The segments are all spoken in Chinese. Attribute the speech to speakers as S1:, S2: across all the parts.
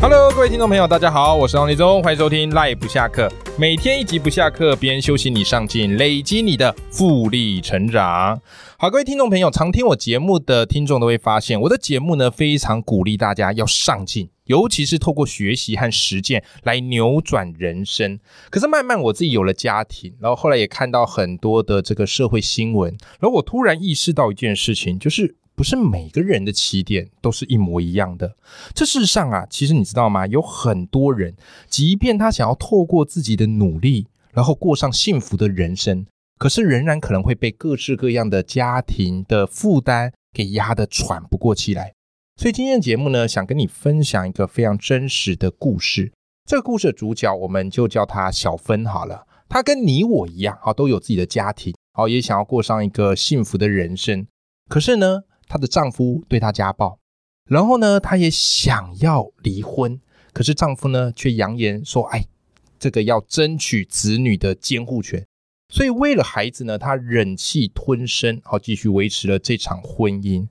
S1: Hello，各位听众朋友，大家好，我是王立中，欢迎收听《赖不下课》，每天一集不下课，边休息你上进，累积你的复利成长。好，各位听众朋友，常听我节目的听众都会发现，我的节目呢非常鼓励大家要上进，尤其是透过学习和实践来扭转人生。可是慢慢我自己有了家庭，然后后来也看到很多的这个社会新闻，然后我突然意识到一件事情，就是不是每个人的起点都是一模一样的。这世上啊，其实你知道吗？有很多人，即便他想要透过自己的努力，然后过上幸福的人生，可是仍然可能会被各式各样的家庭的负担给压得喘不过气来。所以今天的节目呢，想跟你分享一个非常真实的故事。这个故事的主角，我们就叫他小芬好了。他跟你我一样，好都有自己的家庭，好也想要过上一个幸福的人生。可是呢，她的丈夫对她家暴，然后呢，她也想要离婚，可是丈夫呢却扬言说：“哎，这个要争取子女的监护权。”所以为了孩子呢，她忍气吞声，好继续维持了这场婚姻。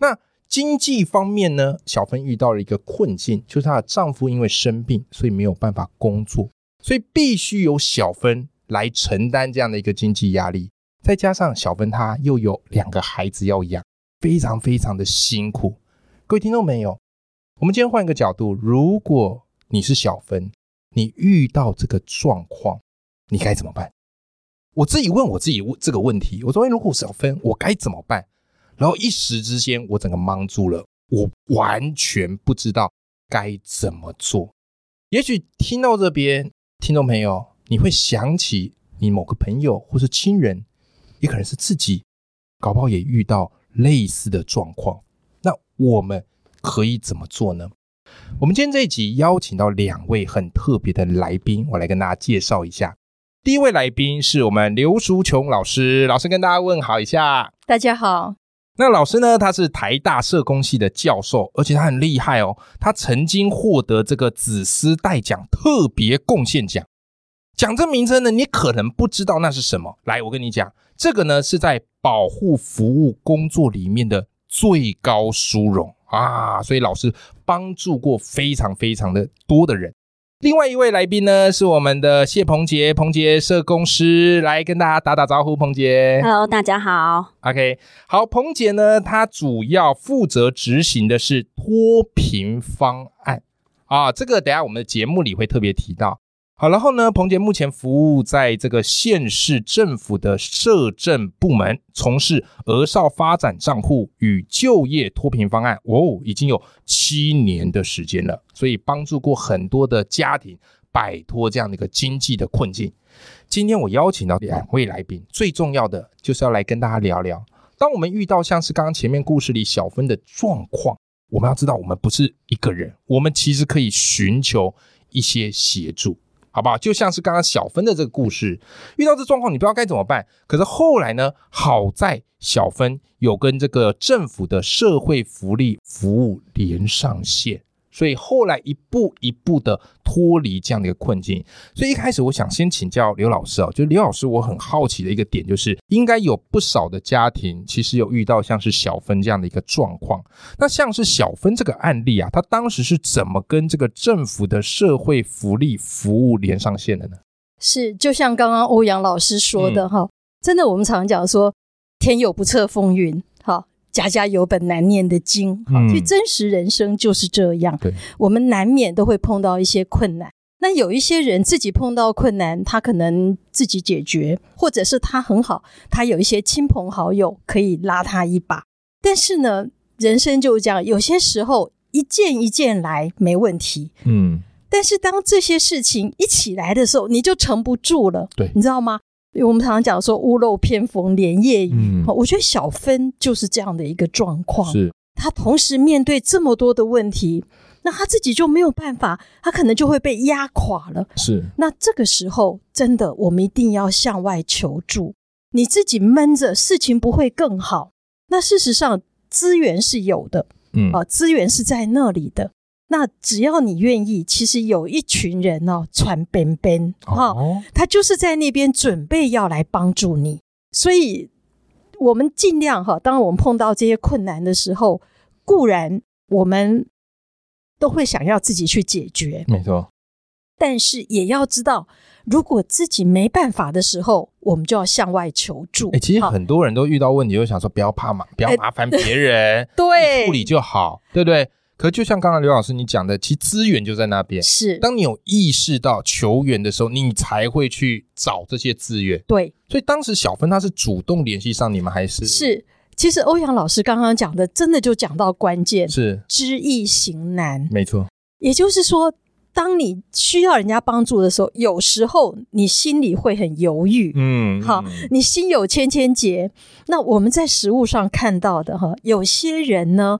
S1: 那经济方面呢，小芬遇到了一个困境，就是她的丈夫因为生病，所以没有办法工作，所以必须由小芬来承担这样的一个经济压力。再加上小芬她又有两个孩子要养，非常非常的辛苦。各位听众朋友，我们今天换一个角度，如果你是小芬，你遇到这个状况，你该怎么办？我自己问我自己这个问题，我说：“哎，如果我是小芬，我该怎么办？”然后一时之间，我整个懵住了，我完全不知道该怎么做。也许听到这边，听众朋友，你会想起你某个朋友或是亲人，也可能是自己，搞不好也遇到类似的状况。那我们可以怎么做呢？我们今天这一集邀请到两位很特别的来宾，我来跟大家介绍一下。第一位来宾是我们刘淑琼老师，老师跟大家问好一下。
S2: 大家好，
S1: 那老师呢？他是台大社工系的教授，而且他很厉害哦。他曾经获得这个紫丝带奖特别贡献奖。讲这名称呢，你可能不知道那是什么。来，我跟你讲，这个呢是在保护服务工作里面的最高殊荣啊。所以老师帮助过非常非常的多的人。另外一位来宾呢，是我们的谢鹏杰，鹏杰社工师，来跟大家打打招呼，鹏杰。
S2: Hello，大家好。
S1: OK，好，彭姐呢，她主要负责执行的是脱贫方案啊，这个等一下我们的节目里会特别提到。好，然后呢，彭姐目前服务在这个县市政府的社政部门，从事儿少发展账户与就业脱贫方案，哦，已经有七年的时间了，所以帮助过很多的家庭摆脱这样的一个经济的困境。今天我邀请到两位来宾，最重要的就是要来跟大家聊聊，当我们遇到像是刚刚前面故事里小芬的状况，我们要知道我们不是一个人，我们其实可以寻求一些协助，好不好？就像是刚刚小芬的这个故事，遇到这状况你不知道该怎么办，可是后来呢，好在小芬有跟这个政府的社会福利服务连上线。所以后来一步一步的脱离这样的一个困境，所以一开始我想先请教刘老师哦，就刘老师，我很好奇的一个点就是，应该有不少的家庭其实有遇到像是小芬这样的一个状况。那像是小芬这个案例啊，她当时是怎么跟这个政府的社会福利服务连上线的呢？
S2: 是，就像刚刚欧阳老师说的哈、真的我们常讲说天有不测风云，哈，家家有本难念的经，哈、
S1: 嗯
S2: 所以真实人生就是这样，
S1: 对，
S2: 我们难免都会碰到一些困难。那有一些人自己碰到困难，他可能自己解决，或者是他很好，他有一些亲朋好友可以拉他一把。但是呢，人生就是这样，有些时候一件一件来没问题，
S1: 嗯，
S2: 但是当这些事情一起来的时候，你就撑不住了，
S1: 对
S2: 你知道吗？我们常常讲说屋漏偏逢连夜雨，
S1: 嗯
S2: 哦我觉得小芬就是这样的一个状况。
S1: 是，
S2: 她同时面对这么多的问题，那她自己就没有办法，她可能就会被压垮了。
S1: 是，
S2: 那这个时候，真的我们一定要向外求助。你自己闷着，事情不会更好。那事实上，资源是有的，
S1: 嗯
S2: 啊，资源是在那里的。那只要你愿意，其实有一群人哦，传边边哈，
S1: 哦，
S2: 他就是在那边准备要来帮助你，所以我们尽量哈，当我们碰到这些困难的时候，固然我们都会想要自己去解决，
S1: 没错，
S2: 但是也要知道，如果自己没办法的时候，我们就要向外求助。
S1: 哎、其实
S2: 哈
S1: 很多人都遇到问题，就想说不要怕嘛，不要
S2: 哎
S1: 麻烦别人，
S2: 对
S1: 处理就好，对不对？可就像刚刚刘老师你讲的，其实资源就在那边。
S2: 是
S1: 当你有意识到球员的时候，你才会去找这些资源。
S2: 对，
S1: 所以当时小芬她是主动联系上你们，还是
S2: 是。其实欧阳老师刚刚讲的，真的就讲到关键，
S1: 是
S2: 知易行难。
S1: 没错，
S2: 也就是说，当你需要人家帮助的时候，有时候你心里会很犹豫，
S1: 嗯，
S2: 好
S1: 嗯
S2: 你心有千千结。那我们在实物上看到的哈，有些人呢，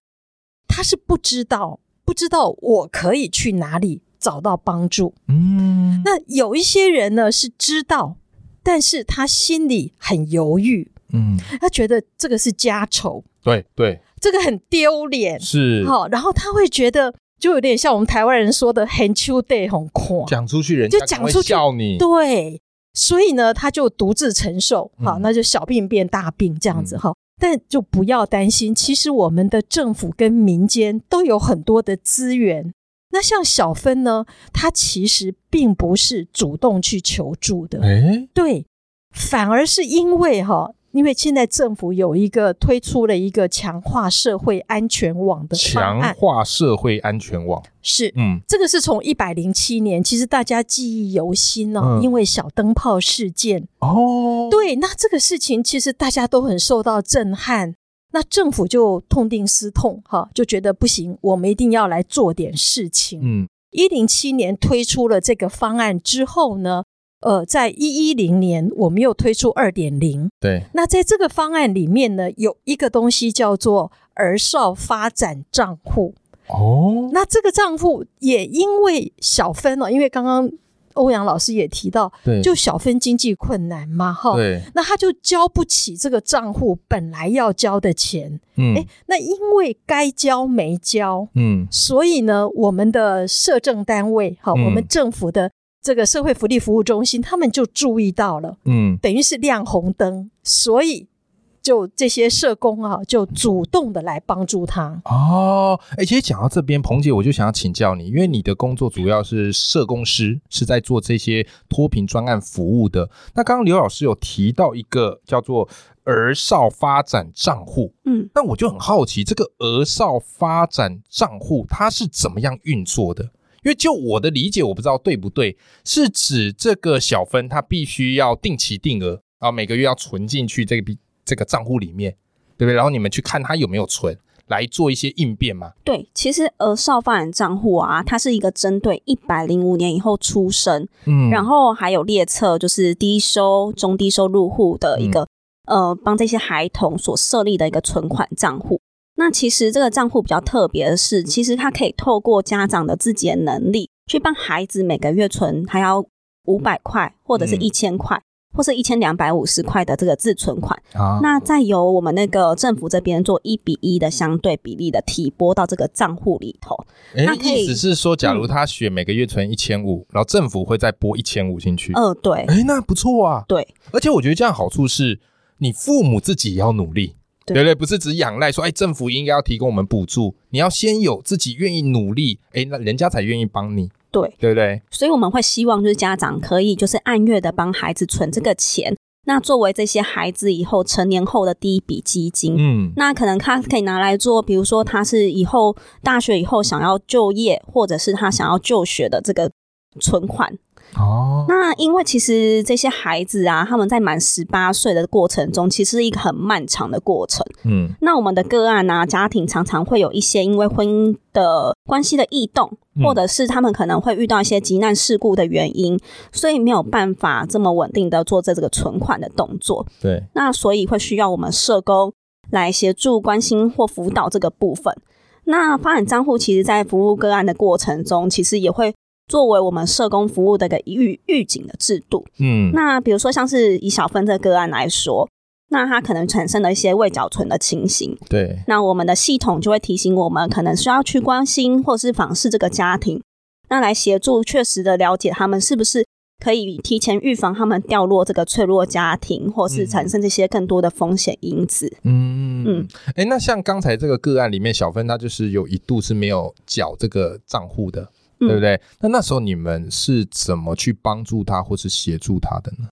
S2: 他是不知道，不知道我可以去哪里找到帮助。
S1: 嗯，
S2: 那有一些人呢是知道，但是他心里很犹豫，
S1: 嗯，
S2: 他觉得这个是家丑，
S1: 对对
S2: 这个很丢脸，
S1: 是，
S2: 好、然后他会觉得就有点像我们台湾人说的“很秋 day 很狂”，
S1: 讲出去人
S2: 就
S1: 家
S2: 讲
S1: 可能会
S2: 出去
S1: 笑你，
S2: 对，所以呢，他就独自承受，好、
S1: 嗯
S2: 那就小病变大病这样子哈、但就不要担心，其实我们的政府跟民间都有很多的资源。那像小芬呢，她其实并不是主动去求助的，
S1: 哎，
S2: 对，反而是因为哈，因为现在政府有一个推出了一个强化社会安全网的方
S1: 强
S2: 案，
S1: 化社会安全网，
S2: 是
S1: 嗯，
S2: 这个是从一百零七年，其实大家记忆犹新哦，
S1: 嗯
S2: 因为小灯泡事件。
S1: 哦，
S2: 对，那这个事情其实大家都很受到震撼，那政府就痛定思痛，哈，就觉得不行，我们一定要来做点事情。
S1: 嗯，
S2: 一零七年推出了这个方案之后呢，呃，在一一零年我们又推出二点零。
S1: 对，
S2: 那在这个方案里面呢，有一个东西叫做儿少发展账户。
S1: 哦，
S2: 那这个账户也因为小芬哦，因为刚刚欧阳老师也提到，
S1: 对，
S2: 就小芬经济困难嘛，
S1: 嗯
S2: 哈。
S1: 对，
S2: 那他就交不起这个账户本来要交的钱，
S1: 嗯
S2: 哎、那因为该交没交，
S1: 嗯，
S2: 所以呢，我们的社政单位，哈、
S1: 嗯
S2: 我们政府的这个社会福利服务中心，他们就注意到了，
S1: 嗯，
S2: 等于是亮红灯，所以就这些社工啊，就主动的来帮助他。
S1: 哦，哎、其实讲到这边，彭姐，我就想要请教你，因为你的工作主要是社工师，是在做这些脱贫专案服务的。那刚刚刘老师有提到一个叫做儿少发展账户，
S3: 嗯，
S1: 那我就很好奇，这个儿少发展账户它是怎么样运作的？因为就我的理解，我不知道对不对，是指这个小芬她必须要定期定额啊，每个月要存进去这个笔这个账户里面，对不对？然后你们去看她有没有存，来做一些应变嘛。
S3: 对，其实儿少发展账户啊，它是一个针对一百零五年以后出生，
S1: 嗯
S3: 然后还有列册，就是低收、中低收入户的
S1: 嗯
S3: 一个、呃，帮这些孩童所设立的一个存款账户。那其实这个账户比较特别的是，其实它可以透过家长的自己的能力，去帮孩子每个月存，还要五百块或者是
S1: 嗯
S3: 一千块。或是一千两百五十块的这个自存款，
S1: 啊
S3: 那再由我们那个政府这边做一比一的相对比例的提拨到这个账户里头。
S1: 诶
S3: 那可以嗯
S1: 意思是说，假如她选每个月存一千五，然后政府会再拨一千五进去。
S3: 呃，对
S1: 哎，那不错啊。
S3: 对，
S1: 而且我觉得这样好处是，你父母自己也要努力，
S3: 对
S1: 对不对？不是只仰赖说，哎，政府应该要提供我们补助，你要先有自己愿意努力，哎，那人家才愿意帮你，
S3: 对，
S1: 对不对？
S3: 所以我们会希望就是家长可以就是按月的帮孩子存这个钱，那作为这些孩子以后成年后的第一笔基金。
S1: 嗯，
S3: 那可能他可以拿来做，比如说他是以后大学以后想要就业，或者是他想要就学的这个存款。
S1: 哦，
S3: 那因为其实这些孩子啊，他们在满十八岁的过程中，其实是一个很漫长的过程。
S1: 嗯，
S3: 那我们的个案啊，家庭常常会有一些因为婚姻的关系的异动，
S1: 嗯
S3: 或者是他们可能会遇到一些急难事故的原因，所以没有办法这么稳定的做这个存款的动作。
S1: 对，
S3: 那所以会需要我们社工来协助关心或辅导这个部分。那发展账户其实在服务个案的过程中，其实也会作为我们社工服务的一个预预警的制度。
S1: 嗯，
S3: 那比如说像是以小芬这个个案来说，那它可能产生了一些未缴存的情形，
S1: 对，
S3: 那我们的系统就会提醒我们，可能需要去关心或是访视这个家庭，那来协助确实的了解他们是不是可以提前预防他们掉落这个脆弱家庭，或是产生这些更多的风险因子。
S1: 嗯嗯
S3: 嗯，
S1: 哎、那像刚才这个个案里面，小芬她就是有一度是没有缴这个账户的，
S3: 嗯
S1: 对不对？那那时候你们是怎么去帮助她或是协助她的呢？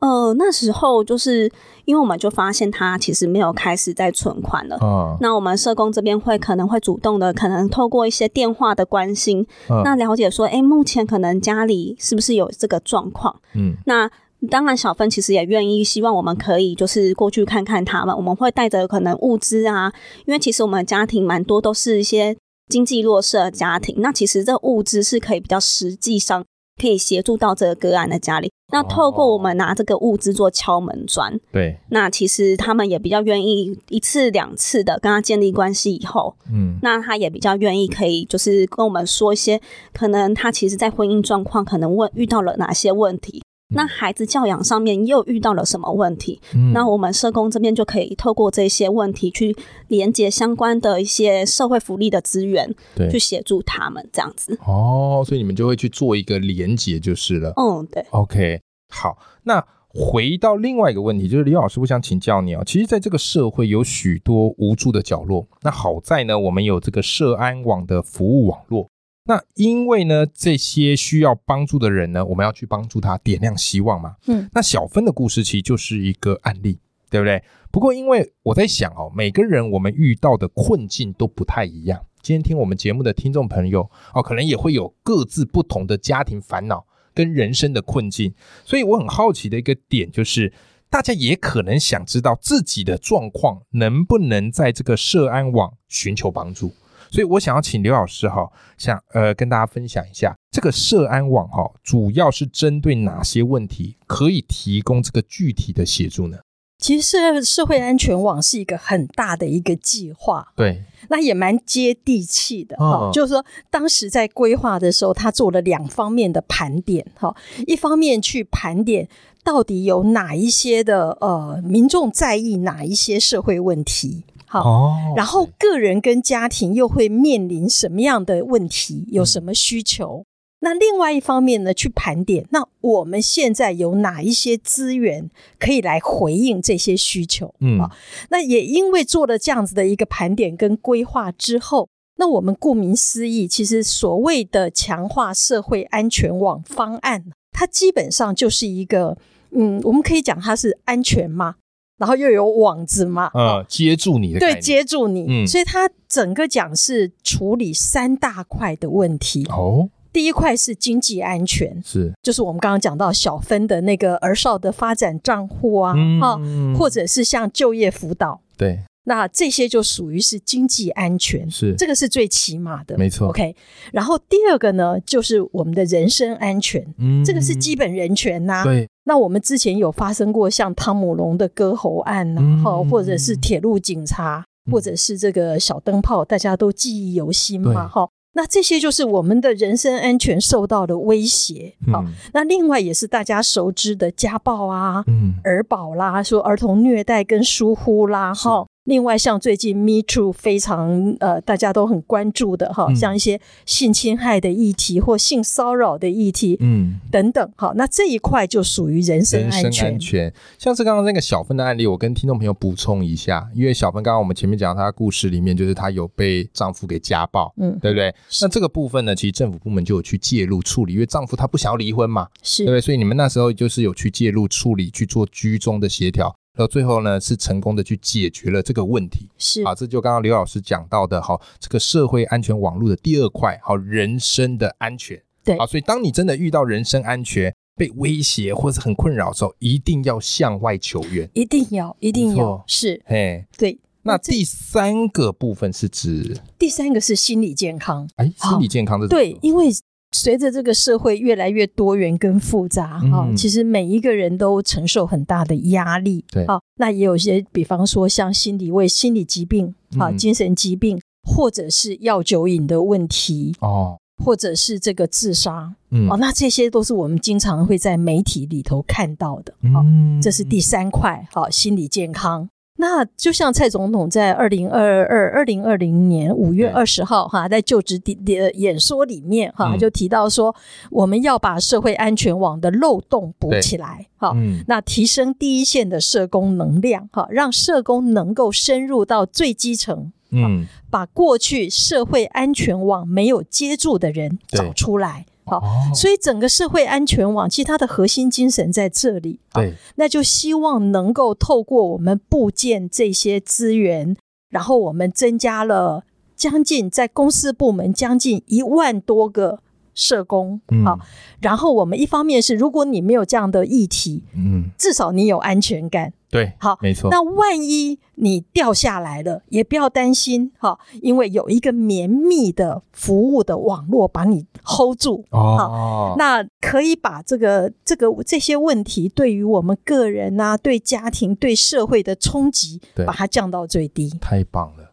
S3: 呃，那时候就是因为我们就发现他其实没有开始在存款了。
S1: 啊，
S3: 那我们社工这边会可能会主动的，可能透过一些电话的关心，
S1: 嗯
S3: 那了解说，哎，目前可能家里是不是有这个状况？
S1: 嗯
S3: 那当然，小芬其实也愿意，希望我们可以就是过去看看他们。我们会带着可能物资啊，因为其实我们家庭蛮多都是一些经济弱势的家庭，那其实这物资是可以比较实际上可以协助到这个个案的家里。那透过我们拿这个物资做敲门砖，
S1: 对，
S3: 那其实他们也比较愿意一次两次的跟他建立关系以后，
S1: 嗯
S3: 那他也比较愿意可以就是跟我们说一些，可能他其实在婚姻状况可能问遇到了哪些问题，那孩子教养上面又遇到了什么问题，
S1: 嗯
S3: 那我们社工这边就可以透过这些问题去连接相关的一些社会福利的资源，
S1: 对
S3: 去协助他们这样子。
S1: 哦，所以你们就会去做一个连结就是了。
S3: 嗯，对，
S1: OK，好，那回到另外一个问题，就是李老师，我想请教你哦。其实，在这个社会有许多无助的角落，那好在呢，我们有这个社安网的服务网络。那因为呢，这些需要帮助的人呢，我们要去帮助他，点亮希望嘛。
S2: 嗯，
S1: 那小芬的故事其实就是一个案例，对不对？不过，因为我在想哦，每个人我们遇到的困境都不太一样。今天听我们节目的听众朋友哦，可能也会有各自不同的家庭烦恼跟人生的困境，所以我很好奇的一个点就是，大家也可能想知道自己的状况能不能在这个社安网寻求帮助。所以我想要请刘老师哈，想呃跟大家分享一下这个社安网哈，主要是针对哪些问题可以提供这个具体的协助呢？
S2: 其实社会安全网是一个很大的一个计划，
S1: 对，
S2: 那也蛮接地气的哈、
S1: 嗯
S2: 就是说，当时在规划的时候，他做了两方面的盘点哈、一方面去盘点到底有哪一些的呃民众在意哪一些社会问题，好、
S1: 哦
S2: 然后个人跟家庭又会面临什么样的问题，有什么需
S1: 嗯
S2: 求？那另外一方面呢，去盘点，那我们现在有哪一些资源可以来回应这些需求？
S1: 嗯
S2: 啊那也因为做了这样子的一个盘点跟规划之后，那我们顾名思义，其实所谓的强化社会安全网方案，它基本上就是一个，嗯，我们可以讲它是安全嘛，然后又有网子嘛，
S1: 呃，接住你的概
S2: 哦对，
S1: 念
S2: 接住你。
S1: 嗯
S2: 所以它整个讲是处理三大块的问题。
S1: 哦
S2: 第一块是经济安全，
S1: 是
S2: 就是我们刚刚讲到小芬的那个儿少的发展账户啊，
S1: 嗯
S2: 哈、或者是像就业辅导，
S1: 对
S2: 那这些就属于是经济安全，
S1: 是
S2: 这个是最起码的，
S1: 没错
S2: OK，然后第二个呢，就是我们的人身安全，
S1: 嗯
S2: 这个是基本啊人权呐、
S1: 对
S2: 那我们之前有发生过像汤姆龙的割喉案呐、
S1: 嗯
S2: 哈、或者是铁路警察，
S1: 嗯
S2: 或者是这个小灯泡，大家都记忆犹新嘛，
S1: 对
S2: 哈、那这些就是我们的人身安全受到的威胁。好、
S1: 嗯
S2: 那另外也是大家熟知的家暴啊、
S1: 嗯
S2: 儿保啦，说儿童虐待跟疏忽啦，
S1: 是
S2: 哈。另外，像最近 Me Too 非常呃，大家都很关注的哈，
S1: 嗯
S2: 像一些性侵害的议题或性骚扰的议题，
S1: 嗯
S2: 等等，好，那这一块就属于人身
S1: 人身
S2: 安全。
S1: 安全。像是刚刚那个小芬的案例，我跟听众朋友补充一下，因为小芬刚刚我们前面讲她的故事里面，就是她有被丈夫给家暴，
S2: 嗯
S1: 对不对？那这个部分呢，其实政府部门就有去介入处理，因为丈夫他不想要离婚嘛，对不
S2: 是
S1: 对？所以你们那时候就是有去介入处理，去做居中的协调。然后最后呢，是成功的去解决了这个问题。
S2: 是
S1: 啊，这就刚刚刘老师讲到的，好，这个社会安全网络的第二块，好，人身的安全。
S2: 对
S1: 好，所以当你真的遇到人身安全被威胁或是很困扰的时候，一定要向外求援。
S2: 一定要一定
S1: 没
S2: 要
S1: 错
S2: 是
S1: 嘿，
S2: 对。
S1: 那
S2: 这
S1: 第三个部分是指，
S2: 第三个是心理健康，
S1: 哎，心理健康这
S2: 哦对，因为随着这个社会越来越多元跟复杂
S1: 嗯
S2: 哈、其实每一个人都承受很大的压力，
S1: 对
S2: 啊，那也有一些，比方说像心理为心理疾病啊、
S1: 嗯
S2: 精神疾病，或者是药酒瘾的问题，
S1: 哦，
S2: 或者是这个自杀，
S1: 嗯
S2: 哦，那这些都是我们经常会在媒体里头看到的。好、
S1: 嗯
S2: 这是第三块，好、心理健康。那就像蔡总统在二零二二、二零二零年五月
S1: 对
S2: 二十号哈，在就职的呃演说里面哈，
S1: 嗯
S2: 就提到说，我们要把社会安全网的漏洞补
S1: 对
S2: 起来，好、
S1: 嗯
S2: 那提升第一线的社工能量，哈，让社工能够深入到最基层，
S1: 嗯
S2: 把过去社会安全网没有接住的人
S1: 对
S2: 找出来。好，
S1: 哦
S2: 所以整个社会安全网其实它的核心精神在这里。好，
S1: 对
S2: 那就希望能够透过我们部件这些资源，然后我们增加了将近在公司部门将近一万多个社工。
S1: 嗯
S2: 好，然后我们一方面是，如果你没有这样的议题，
S1: 嗯
S2: 至少你有安全感。
S1: 对
S2: 好
S1: 没错
S2: 那万一你掉下来了，也不要担心哈、因为有一个绵密的服务的网络把你 hold 住。
S1: 哦
S2: 那可以把这个、这个、这些问题，对于我们个人啊、对家庭、对社会的冲击
S1: 对，
S2: 把它降到最低。
S1: 太棒了。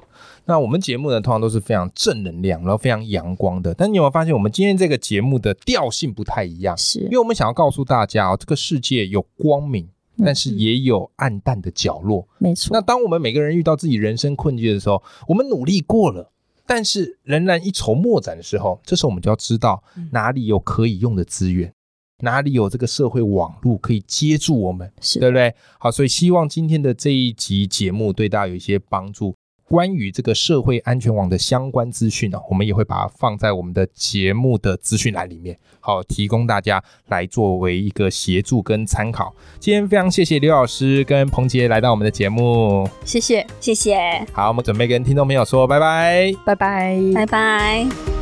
S1: 那我们节目呢，通常都是非常正能量，然后非常阳光的。但你有没有发现，我们今天这个节目的调性不太一样？
S2: 是
S1: 因为我们想要告诉大家哦，这个世界有光明，但是也有暗淡的角落。
S2: 没错
S1: 那。当我们每个人遇到自己人生困境的时候，我们努力过了，但是仍然一筹莫展的时候，这时候我们就要知道
S2: 嗯
S1: 哪里有可以用的资源，哪里有这个社会网络可以接住我们，
S2: 是
S1: 对不对？好，所以希望今天的这一集节目对大家有一些帮助。关于这个社会安全网的相关资讯呢、我们也会把它放在我们的节目的资讯栏里面，好提供大家来作为一个协助跟参考。今天非常谢谢刘老师跟彭杰来到我们的节目。
S2: 谢谢，
S3: 谢谢，
S1: 好，我们准备跟听众朋友说拜拜。
S2: 拜拜。
S3: 拜拜。